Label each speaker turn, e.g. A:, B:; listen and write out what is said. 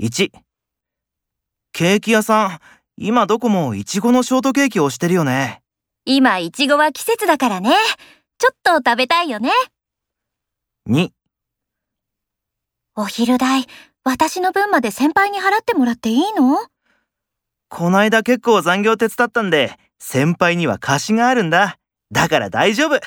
A: 1ケーキ屋さん、今どこもイチゴのショートケーキをしてるよね。
B: 今、イチゴは季節だからね。ちょっと食べたいよね。
A: 2
B: お昼代、私の分まで先輩に払ってもらっていいの
A: こないだ結構残業手伝ったんで、先輩には貸しがあるんだ。だから大丈夫。